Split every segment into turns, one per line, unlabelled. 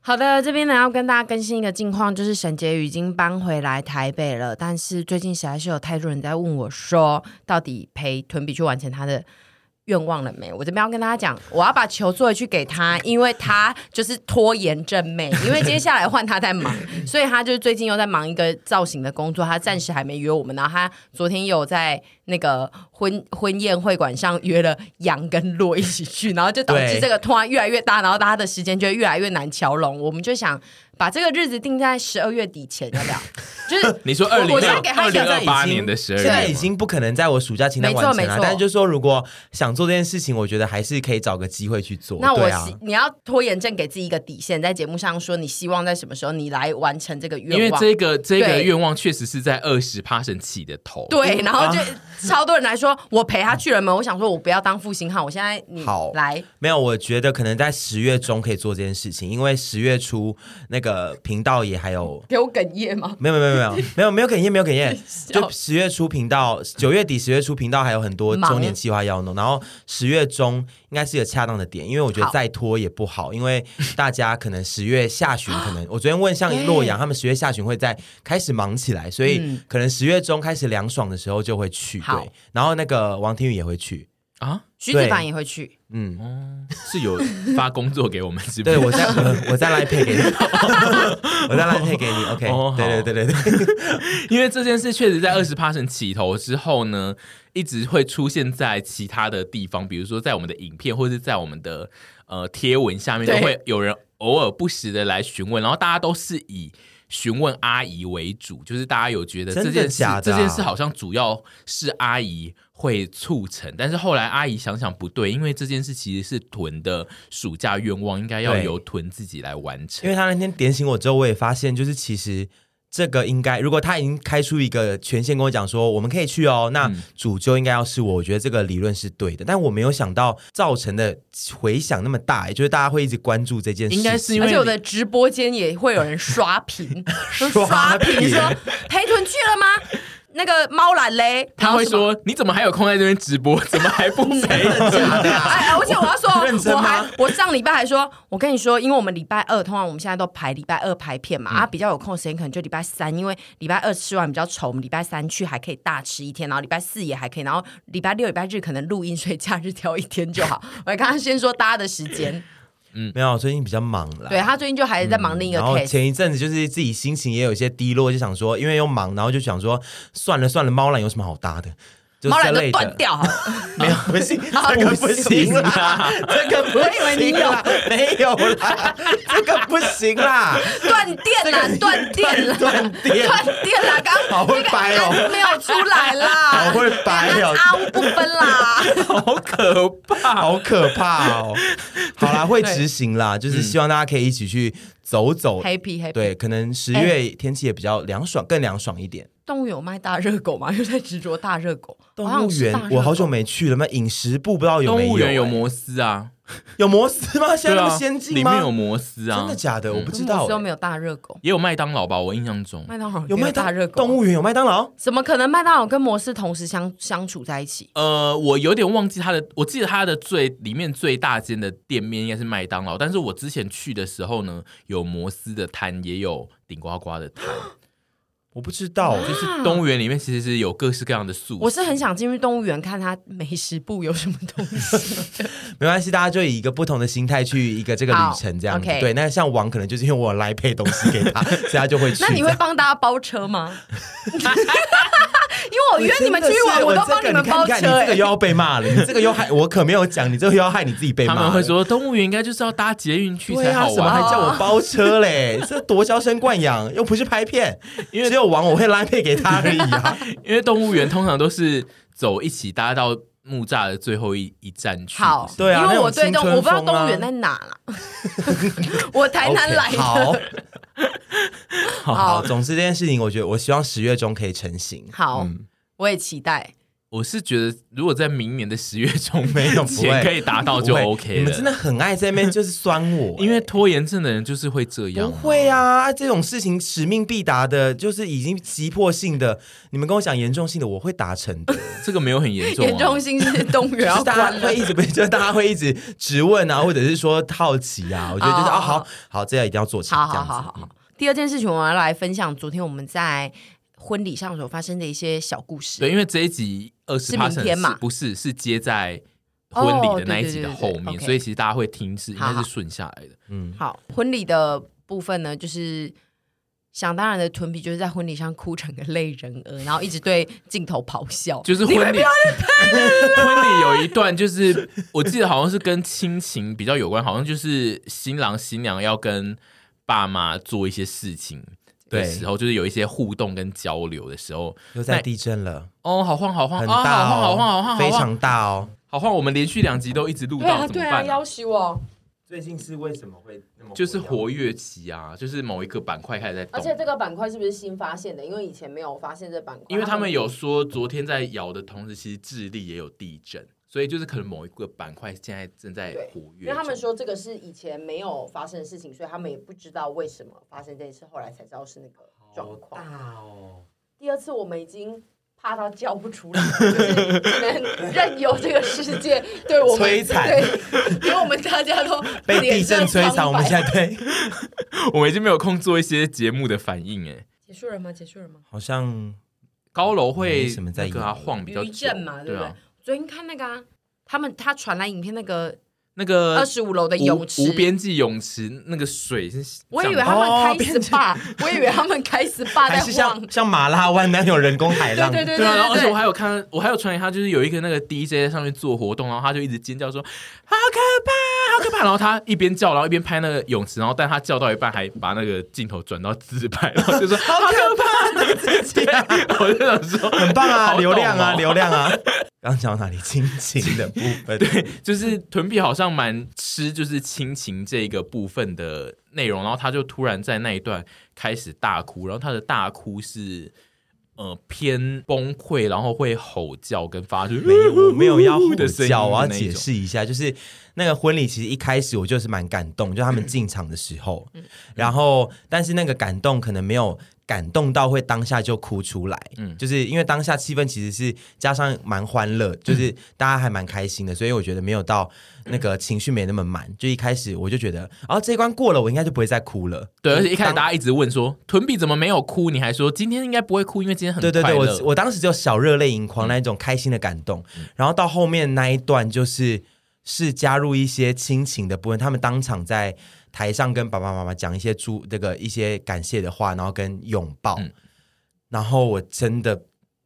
好的，这边呢要跟大家更新一个近况，就是沈婕妤已经搬回来台北了，但是最近实在是有太多人在问我说，到底陪屯比去完成他的愿望了没？我这边要跟大家讲，我要把球做回去给他，因为他就是拖延症妹，因为接下来换他在忙，所以他就是最近又在忙一个造型的工作，他暂时还没约我们，然后他昨天有在那个婚婚宴会馆上约了杨跟洛一起去，然后就导致
对
这个。这个突然越来越大，然后大家的时间就会越来越难调拢。我们就想把这个日子定在十二月底前，要不要？就是
你说
我
二零
我现在给他
二
一个
现
零
在
二
已
八
经
年的十二
现在
月
已
吗，
经不可能在我暑假清单
没
完成
错
了、
没错
但是就说如果想做这件事情，我觉得还是可以找个机会去做。
那我
对
希、
啊，
你要拖延症给自己一个底线，在节目上说你希望在什么时候你来完成这个
因为
愿望。
这个这个
对
愿望确实是在二十 passion 起的头。
对，然后就、
啊
超多人来说，我陪他去了门，我想说，我不要当负心汉，我现在你
好
来，
没有，我觉得可能在十月中可以做这件事情，因为十月初那个频道也还有
给我哽咽吗？
没有没有没有没有没有没有哽咽没有哽咽，
笑
就十月初频道九月底十月初频道还有很多
忙
周年计划要弄，然后十月中应该是一个恰当的点，因为我觉得
好
再拖也不好，因为大家可能十月下旬可能我昨天问像洛阳他们十月下旬会在开始忙起来，所以可能十月中开始凉爽的时候就会去，
好
对，然后那个王天宇也会去，
啊，
徐子
对
凡也会去，
嗯。
是有发工作给我们，是不
对，
是？
我再我我再来配给你，我再来配给你，OK，、
哦好
对对对对对，
因为这件事确实在二十 passion 起头之后呢，一直会出现在其他的地方，比如说在我们的影片或是在我们的呃贴文下面，都
对
会有人偶尔不时的来询问，然后大家都是以。询问阿姨为主，就是大家有觉得
真
这
的
件事，
假的
这
啊
件事好像主要是阿姨会促成，但是后来阿姨想想不对，因为这件事其实是屯的暑假愿望，应该要
对
由屯自己来完成
因。为他那天点醒我之后，我也发现，就是其实这个应该，如果他已经开出一个权限跟我讲说我们可以去哦，那
嗯
主就应该要是我，我觉得这个理论是对的，但我没有想到造成的回响那么大，欸也就是大家会一直关注这件事情，
应该是因
而
为
且我的直播间也会有人刷屏， 刷屏
屏
说陪屯去了吗？那个猫懒嘞，
他
然后
会
什么
说：“你怎么还有空在这边直播？怎么 还不 陪
哎，而且我要
啊认
说，
真
我
吗
还我上礼拜还说，我跟你说，因为我们礼拜二通常我们现在都排礼拜二排片
嗯
嘛，啊比较有空的时间可能就礼拜三，因为礼拜二吃完比较丑，我们礼拜三去还可以大吃一天，然后礼拜四也还可以，然后礼拜六、礼拜日可能录音，所以假日挑一天就 好。我刚刚先说大家的时间，
没有，最近比较忙啦。
对他最近就还在忙另一个
然后
case，
前一阵子就是自己心情也有一些低落，就想说，因为又忙，然后就想说，算了算了，猫懒有什么好搭的？就
猫
这
懒都
类的
断掉好 了。
没有，不行，
啊
这个不行啦，这个不行啦，没有 啦，这个不行啦，
断电啦，断电啦，
断电
断电啦！刚
好会掰哦
那个安没有出来啦，
好会掰哦
安阿乌不分 啦，
好可怕！
好可怕哦！好啦，会执行啦，
嗯
就是希望大家可以一起去走走。
黑皮黑皮。
对，可能十
哎
月天气也比较凉爽，更凉爽一点。
动物有卖大热狗吗？又 在执着大热狗。
动物
好像
园
是大热狗
我好久没去了，那饮食部不知道有没
动
有？
物园有摩斯啊，
有摩斯吗？现在
对
那
啊
么先，进
里
吗？
面有摩斯啊，
真的假的？我不知
摩
道欸
斯。都没有大热狗，
也有麦当劳吧？我印象中
麦，当劳
有
嗯没
麦
大热
当
狗啊？
动物园有麦当劳？
怎么可能麦当劳跟摩斯同时相相处在一起？
呃，我有点忘记它的，我记得它的最里面最大间的店面应该是麦当劳，但是我之前去的时候呢，有摩斯的摊，也有顶呱呱的摊，
啊我不知道，就是
就是动物园里面其实是有各式各样的素食。
我是很想进去动物园看它美食部有什么东 西。
没关系，大家就以一个不同的心态去一个这个
好
旅程，这样子。
OK
对，那像王可能就是因为我有来配东西给 他，所以他就会去。
那你
这
会
样
帮大家包车吗？ 因为我约你们出去玩，
真的是
都帮
这个
们包
你看
车、
你看你这个
欸
又。要被骂了，你这个又害我可没有讲，你这个又要害你自己被骂。
他们会。说动物园应该就是要搭捷运去
对
才
啊，
好
什么
玩
还，叫我包 车嘞？这多娇生惯养，又不是拍片，因为只有王我会拉配给他而已 啊。
因为动物园通常都是走一起搭到木栅的最后一一站去。
好，
对啊
因为我
那种
对动，
青春风啊
我不知道动物园在哪啦， 我台南
OK，
来的。 好
好嗯好，总之这件事情，我觉得我希望十月中可以成型。
好我也期待。
我是觉得，如果在明年的十月中
没 有不
前
会
可以达到
不
就
会
OK
你
了。
们真的很爱在那边就是酸我，
因为拖延症的人就是会这样
不
啊、
会啊，这种事情使命必达的，就是已经急迫性的，你们跟我讲严重性的，我会达成的。
这个没有很严重、啊，
严重性是动物园
就是
要
大
关
家
了
会。一直被，就是大家会一直质问啊，或者是说好奇啊。我觉得就是
哦
啊，好好，这样一定要做成
好
这
好
样子。嗯
好好
嗯
好。第二件事情，我们要来分享昨天我们在婚礼上所发生的一些小故事。
对，因为这一集二十
是明天嘛
不是是接在婚
哦
礼的那
对
一
对
集的
对对
后
对
面，
，OK
所以其实大家会听是应
好
该
好
是顺下来的。
嗯，
好，婚礼的部分呢，就是想当然的屯比就是在婚礼上哭成个泪人儿，然后一直对镜头咆哮，
就是婚礼， 婚礼有一段就是我记得好像是跟亲情比较有关，好像就是新郎新娘要跟爸妈做一些事情的
对
时候，就是有一些互动跟交流的时候，
又在地震了，
哦，好晃好晃，
很
啊，
大
好
哦，
晃好晃好晃
非
好晃
常大哦。
好晃，我们连续两集都一直录
对
到，
啊
怎么
对啊，
办啊？
要挟我，
最近是为什么会那么
就是活跃期啊，就是某一个板块开始在动
而，且这个板块是不是新发现的？因为以前没有发现这板块，
因为他们有说昨天在摇的同时，其实智利也有地震，所以就是可能某一个板块现在正在
对
活跃
因为他们
中
说这个是以前没有发生的事情，所以他们也不知道为什么发生这件事，后来才知道是那个状况。
哦，
第二次我们已经怕到叫不出来了，就是只能任由这个世界对我们
摧残
对，因为我们大家都
被地震摧
脸色苍白
残，我们现 在对，
我们已经没有空做一些节目的反应哎。
结束了吗？结束了吗？
好像
高楼
没
会
什么在
那个
演
啊
的
晃比较
余
久
震嘛，对不对？
啊，
昨天看那个啊，他们他传来影片那个
那
呃
个
二十五楼的
无
泳池
无。边际泳池那个水是，
我以为他
哦
们开
变
SPA，、我以为他们开 SPA
还
在
是
晃，
像像马拉湾那样有人工海
对
浪，
对对
对啊，然后而
对
且我
对，
还有看，我还有传给他，就是有一个那个 DJ 在上面做活动，然后他就一直尖叫说好可怕，好可怕， 然后他一边叫，然后一边拍那个泳池，然后但他叫到一半还把那个镜头转到自拍，然后就说好可怕， 我就想说
很棒啊，
好
流量啊，
懂哦
流量啊。 刚讲到哪里？亲情的部分，对，
就是屯比好像蛮吃就是亲情这个部分的内容，然后他就突然在那一段开始大哭，然后他的大哭是呃偏崩溃，然后会吼叫跟发出
没有，我没有要吼
的声音
叫，我要
的那一
解
种
释一下，就是那个婚礼其实一开始我就是蛮感动，就他们进场的时候，
嗯
然后但是那个感动可能没有。感动到会当下就哭出来，
嗯
嗯，就是因为当下气氛其实是加上蛮欢乐，就是
嗯
大家还蛮开心的，所以我觉得没有到那个情绪没那么满。就一开始我就觉得，哦，这一关过了，我应该就不会再哭了。
对，而且一开始
当
大家一直问说屯比怎么没有哭，你还说今天应该不会哭，因为今天很
对对
快
对，
乐。嗯
我我当时就小热泪盈眶那一种开心的感动，然后到后面那一段就是是加入一些亲情的部分，他们当场在台上跟爸爸妈妈讲一些祝这个一些感谢的话，然后跟拥抱，
嗯
然后我真的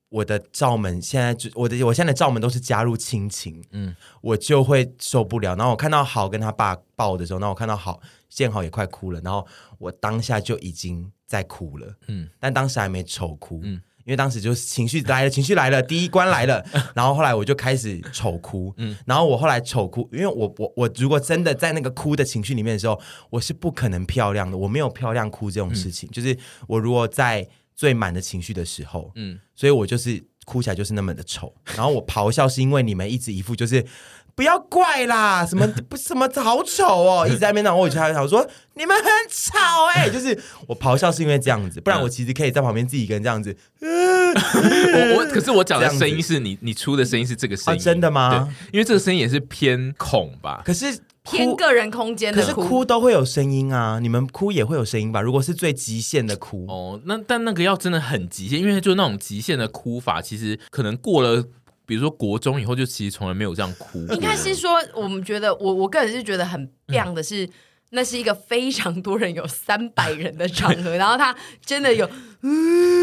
我的罩门现在就我的我现在的罩门都是加入亲情，
嗯
嗯，我就会受不了。然后我看到好跟他爸抱的时候，然后我看到好建好也快哭了，然后我当下就已经在哭了，
嗯
嗯，但当时还没丑哭，
嗯
嗯。因为当时就是情绪来了，情绪来了，第一关来 了，然后后来我就开始丑哭，
嗯
嗯，然后我后来丑哭，因为我我我如果真的在那个哭的情绪里面的时候，我是不可能漂亮的，我没有漂亮哭这种事
嗯
情，就是我如果在最满的情绪的时候，
嗯，
所以我就是哭起来就是那么的丑。 然后我咆哮是因为你们一直一副就是不要怪啦，什么 不什么好丑 哦，一直在那边让我就还想说你们很吵哎、就是我咆哮是因为这样子，不然我其实可以在旁边自己一个人这样子。
嗯我我可是我讲的
这样子
声音是你你出的声音是这个声
啊，
音，
真的吗
对？，因为这个声音也是偏恐吧。
可是
偏
哭。
个人空间
可
的
是哭都会有声音啊，你们哭也会有声音吧？如果是最极限的哭，
哦，那但那个要真的很极限，因为就那种极限的哭法，其实可能过了，比如说国中以后，就其实从来没有这样哭过。
应该是说，我们觉得我我个人是觉得很棒的是，那是一个非常多人有三百人的场合，然后他真的有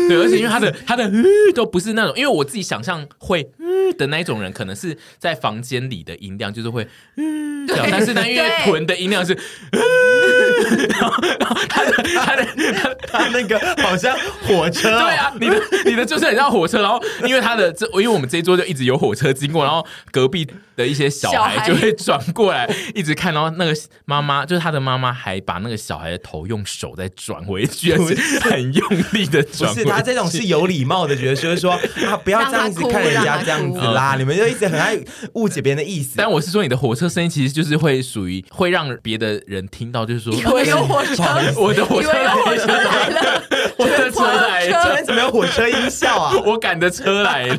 对，而且因为他的他的、呃、都不是那种，因为我自己想象会、呃、的那一种人，可能是在房间里的音量就是会、呃、这样，
对
但是呢，因为
对
臀的音量 是、呃，然后然后他的他的他的
他 那个好像火车 哦、
对啊，你 的你的就是很像火车，然后因为他的这，因为我们这一桌就一直有火车经过，然后隔壁的一些小
小
孩
孩
就会转过来，一直看，然后那个妈妈就是他的妈妈，还把那个小孩的头用手再转回去，而且很用力的
不
转回
是
去。
他这种是有礼貌的，觉得 就是说啊，不要这样子看人家这样子啦，你们就一直很爱误解别人的意思。
但我是说，你的火车声音其实就是会属于会让别的人听到，就是说，
以 为有火车，
我的火
以
车
为有
来
火
了，
车来了，
我的车来
这
了，
边怎么有火车音效 啊？
我赶的车来了。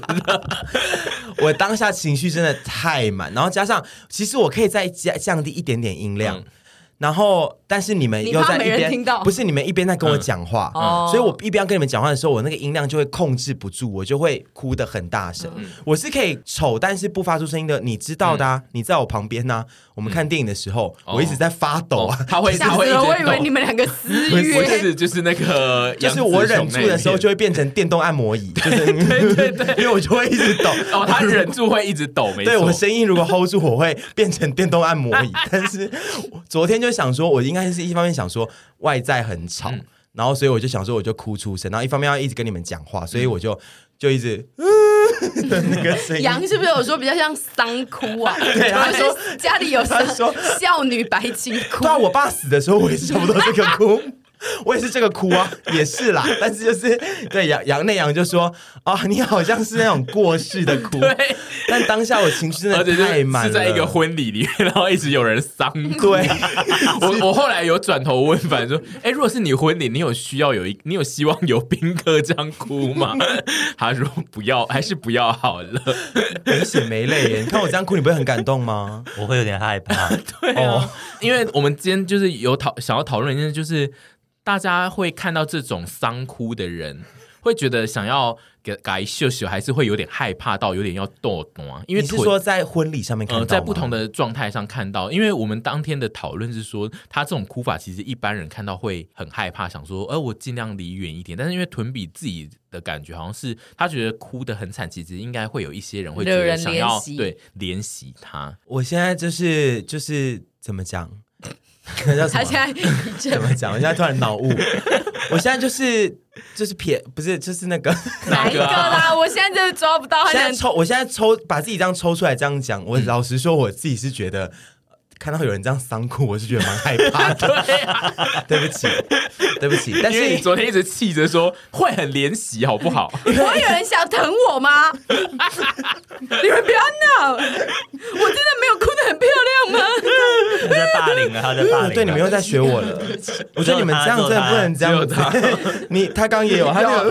我当下情绪真的太满，然后加上其实我可以再加降低一点点音量，
嗯
然后但是你们
你
又
怕
在
没
一
人
边
听到
不是你们一边在跟我讲话，
嗯
哦
所以我一边要跟你们讲话的时候，我那个音量就会控制不住，我就会哭得很大声。
嗯
我是可以丑，但是不发出声音的，你知道的、啊，你在我旁边呢、啊我们看电影的时候，
嗯哦
我一直在发抖啊。
他会，
吓
他
死
会一
了！我以
直
为
抖
你。们两个私
不
不
约，
是，就是那个
就
杨
是
紫
我忍
琼
住
那一
的时候，
片
就会变成电动按摩 椅，就是
对对对，
因为我就会一直抖，
哦，他忍住会一直抖，没错。
对我声音如果 hold 住，我会变成电动按摩 椅。但是我昨天就想说，我应该是一方面想说外在很吵，
嗯
然后所以我就想说我就哭出声，然后一方面要一直跟你们讲
嗯
话，所以我就就一直、 嗯、的那个 声音。
杨是不是有说比较像丧哭啊？
对他说
是家里有丧
他说
少女白情哭
对。啊，我爸死的时候，我也是差不多这个哭。 我也是这个哭啊，也是啦，但是就是对杨杨内杨就说啊，你好像是那种过世的哭，
对，
但当下我情绪真
而
的
且
太满
就
了，
是在一 个婚礼里面，然后一直有人丧哭。
对，
我我后来有转头问凡说：“哎、如果是你婚礼，你有需要有一，你有希望有宾客这样哭吗？”他说：“不要，还是不要好了。
没血没泪耶。你看我这样哭，你不会很感动吗？哦
我会有点害怕。
对啊，因为我们今天就是有讨想要讨论一件事，就是大家会看到这种丧哭的人，会觉得想要给改秀秀，还是会有点害怕到有点要剁动啊，因为
你是
臀
说在婚礼上面看到
呃，
吗、
在不同的状态上看到，因为我们当天的讨论是说，他这种哭法其实一般人看到会很害怕，想说，呃，我尽量离远一点。但是因为屯比自己的感觉好像是他觉得哭得很惨，其实应该会有一些人会觉
惹
得
人
想要
怜惜
对怜惜他。
我现在就是就是怎么 讲，那叫什
他
么？
现在一
怎
阵
么讲？我现在突然脑 雾。我现在就是就是撇，不是就是 那个。
哪一个啦？我现在真的抓不到，他
现在
现
抽，我现在抽，把自己这样抽出来这样讲，我
嗯
老实说，我自己是觉得。呃看到有人这样丧哭，我是觉得蛮害怕的。
对啊，
对不起，对不起，但
因为你
是
昨天一直气着说会很怜惜，好不 好？
在我有人想疼我 吗？你们不要闹，我真的没有哭得很漂亮吗？
他在霸凌 啊了，他在霸凌了。
嗯对你们又在学我了。我觉得你们这样真的不能这样子。 你他刚也有，他那个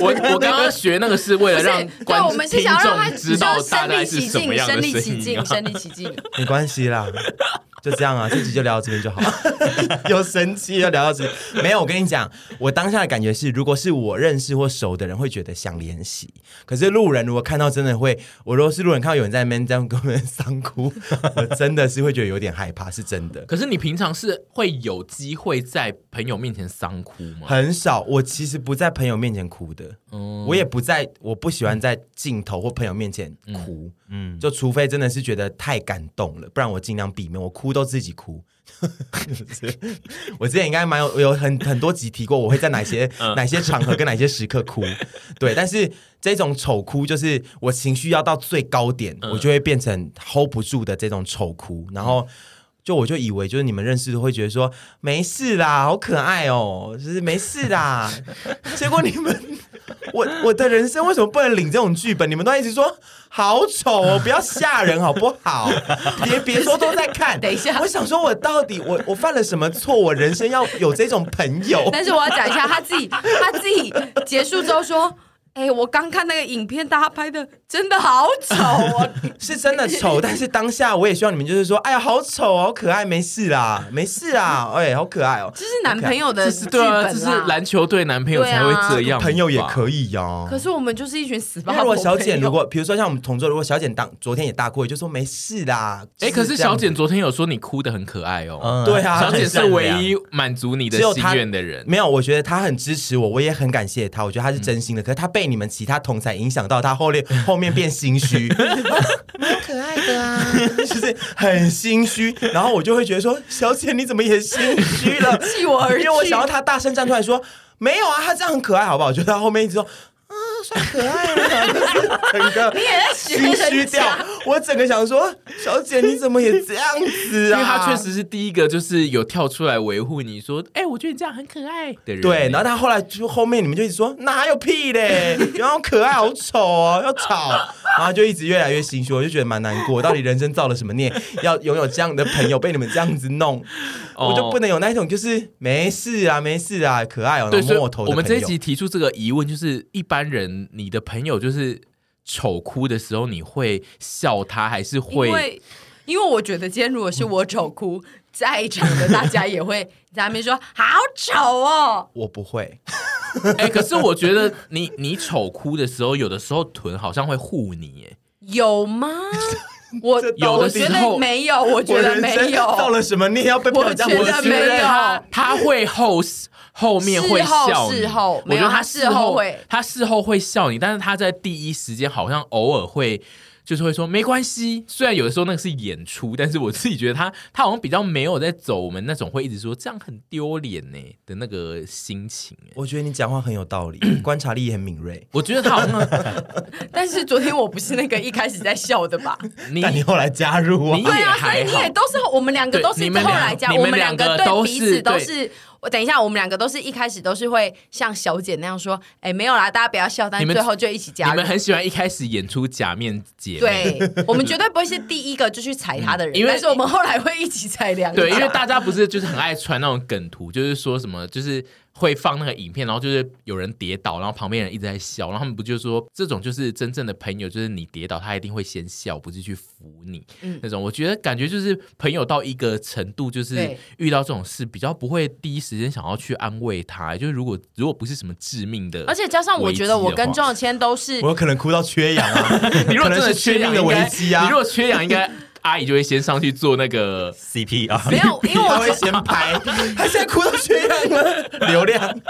我我刚刚学那个是为
不
了
是
让，
对，
观
我们是想要让他
听众知道
就是
大
身
概
临
是
其
什么
境，
样的
身临其
声音啊
境，。身临其境。
没关系啦，就这样啊，这集就聊到这边就好。 又生气又聊到这，没有。我跟你讲，我当下的感觉是，如果是我认识或熟的人，会觉得想怜惜；可是路人如果看到，真的会，我如果是路人看到有人在那边这样跟我们 丧哭，我真的是会觉得有点害怕，是真的。
可是你平常是会有机会在朋友面前丧哭吗？
很少，我其实不在朋友面前哭的，我也不在，我不喜欢在镜头或朋友面前哭，嗯，就除非真的是觉得太感动了，不然我尽量避免，我哭都自己哭。我之前应该蛮有有很很多集提过，我会在哪些、哪些场合跟哪些时刻哭，对，但是这种丑哭就是我情绪要到最高点，我就会变成 hold 不住的这种丑哭，然后。就我就以为就是你们认识的会觉得说没事啦，好可爱哦，就是没事啦。结果你们，我我的人生为什么不能领这种剧本？你们都一直说好丑哦，不要吓人好不好？别别说都在看。
等一下
我想说我到底我 我犯了什么错？我人生要有这种 朋友？
但是我要讲一下，他自己他自己结束之后说：“哎、我刚看那个影片，大家拍的真的好丑哦。
是真的丑，但是当下我也希望你们就是说，哎呀，好丑哦，好可爱，没 事啦，没事啊，哎，好可爱哦”，
这是男朋友的
这
剧
是
本
对啊，
啦。啊
这是篮球队男朋友才会这样，
朋友也可以呀、
可是我们就是一群死八
因
婆
为如
朋友。
果小简如果，比如说像我们同桌，如果小简当昨天也大哭，也就说没事啦。
哎、可是
这样
小简昨天有说你哭的很可爱哦。
嗯
对啊
小简是唯一
很
满足你的
只有
心
他
愿的人，嗯
没有，我觉得他很支持我，我也很感谢他，我觉得他是真心的。可是他被你们其他同才影响到，他后面后面变心 虚，
蛮可爱的啊，
就是很心虚。然后我就会觉得说，小简你怎么也心虚 了？
弃我而
因
去。
为我想要他大声站出来说，没有啊，他这样很可爱，好不好？我觉得他后面一直说。啊，帅可爱啊，就是 整个
你
心
也在学人家
虚掉。我整个想说，小姐你怎么也这样子
因
啊？
为他确实是第一个，就是有跳出来维护你说，哎、我觉得你这样很可爱的人。
对，然后他后来就后面你们就一直说哪有屁 嘞，然后可爱好丑哦，要吵，然后就一直越来越心虚，我就觉得蛮难过。到底人生造了什么孽，要拥有这样的朋友被你们这样子弄，
哦
我就不能有那一种就是没事啊，没事啊，可爱哦，
对，
然后
所以
摸我头的
我们这一
朋友
集提出这个疑问，就是一般人，你的朋友就是丑哭的时候，你会笑他，还是
因
会？
为因为我觉得今天如果是我丑哭，在场的大家也会 在那边说好丑哦。
我不会，
哎、可是我觉得你你丑哭的时候，有的时候臀好像会护你，耶。
有 吗？我
这
有的
我觉
时候
得没有，我觉得
人
没
生造
有。
了什么孽要被朋友这样
我觉
我
得
觉
没有
得
他他会后后面会笑你
事后事后
我
没
觉
有
得他
他
事
事
后
后会
他事后会笑你，但是他在第一时间好像偶尔会。就是会说没关系，虽然有的时候那个是演出，但是我自己觉得他他好像比较没有在走我们那种会一直说这样很丢脸呢的那个心情欸。
我觉得你讲话很有 道理，观察力也很敏锐，
我觉得他好像
但是昨天我不是那个一开始在笑的吧？
你
但你后来加入我
你。
对啊， 所以
也还
你
好
也都是我们两个
对
都是
你们
后
两
来讲，
你们
我们两
两个
个
都
对
是
彼此都
对
是。我等一下，我们两个都是一开始都是会像小姐那样说，哎，没有啦，大家不要笑，但
你们
最后就一起加
你
入
们。很喜欢一开始演出假面姐妹，
对，我们绝对不会是第一个就去踩他的人，
嗯因为
但是我们后来会一起踩两脚
对，因为大家不是就是很爱传那种梗图，就是说什么就是会放那个影片，然后就是有人跌倒，然后旁边人一直在笑，然后他们不就说这种就是真正的朋友，就是你跌倒他一定会先笑，不是去扶你、
嗯
那种。我觉得感觉就是朋友到一个程度，就是
对
遇到这种事比较不会第一时间想要去安慰他，就是如果如果不是什么致命的，
而且加上我觉得我跟钟
庄，
友谦都是
我有可能哭到缺氧啊！
你如果
可
真的
能是
缺
致
氧
命的
应该
危机啊
你如果缺氧应该阿姨就会先上去做那 个。
没
啊
CPR，
有，因为
他会
我
先拍， 他现在哭到缺氧了，流量。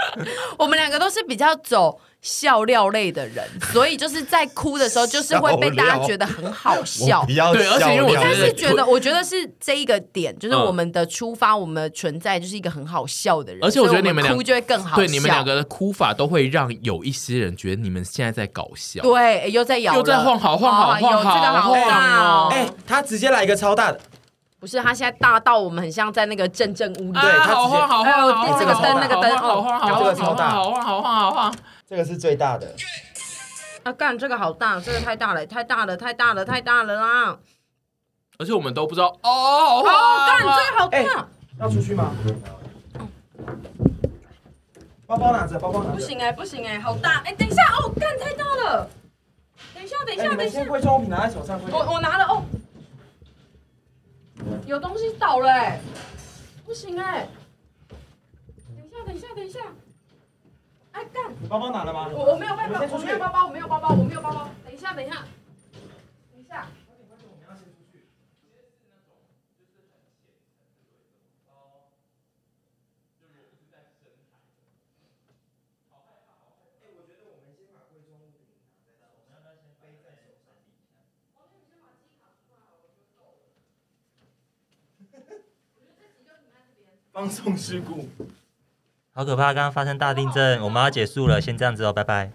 我们两个都是比较走笑料类的人，所以就是在哭的时候，就是会被大家觉得很好
我
笑
不。要
对而且 因为我
笑
觉
但
料
得
是觉得，我觉得是这一个点，就是
嗯
我们的出发，我们的存在就是一个很好笑的人，
而且我觉
所
得
以
你们两
哭就会更好笑。
对你们两个的哭法都会让有一些人觉得你们现在在搞笑。
对哎又在摇了，
又在晃好晃好
哦有
晃好
这个好大哦。
哎、他直接来一个超大的，
不是，他现在大到我们很像在那个阵阵屋里。
对他直接
啊好晃好晃，
哎呦
好晃
这个灯
好晃
那个灯
好晃好晃
哦
好
这个
晃好
超
晃
大
好晃好哦晃好晃。
这个是最大的。
啊，干，这个好大，这个太大了，太大了，太大了，太大了啦！
而且我们都不知道哦，好
哦，干，
晃
这个好大。
哎要出去吗？包包拿着，包包拿着。
不行哎、不行哎、好大哎、等一下哦，干太大了，等一下，等一下，
哎，你
等
们
一下
先，贵重物品拿在手上。快点
我我拿了哦，有东西倒了哎、不行哎、等一下，等一下，等一下，哎干，
你包包拿了吗？
我我没有办法，
你先
我
出
没
去
有包包，我没有包包，我没有包包，等一下，等一下，等一下，
放松事故。
好可怕！刚刚发生大地震，我们要结束了，先这样子哦，拜拜。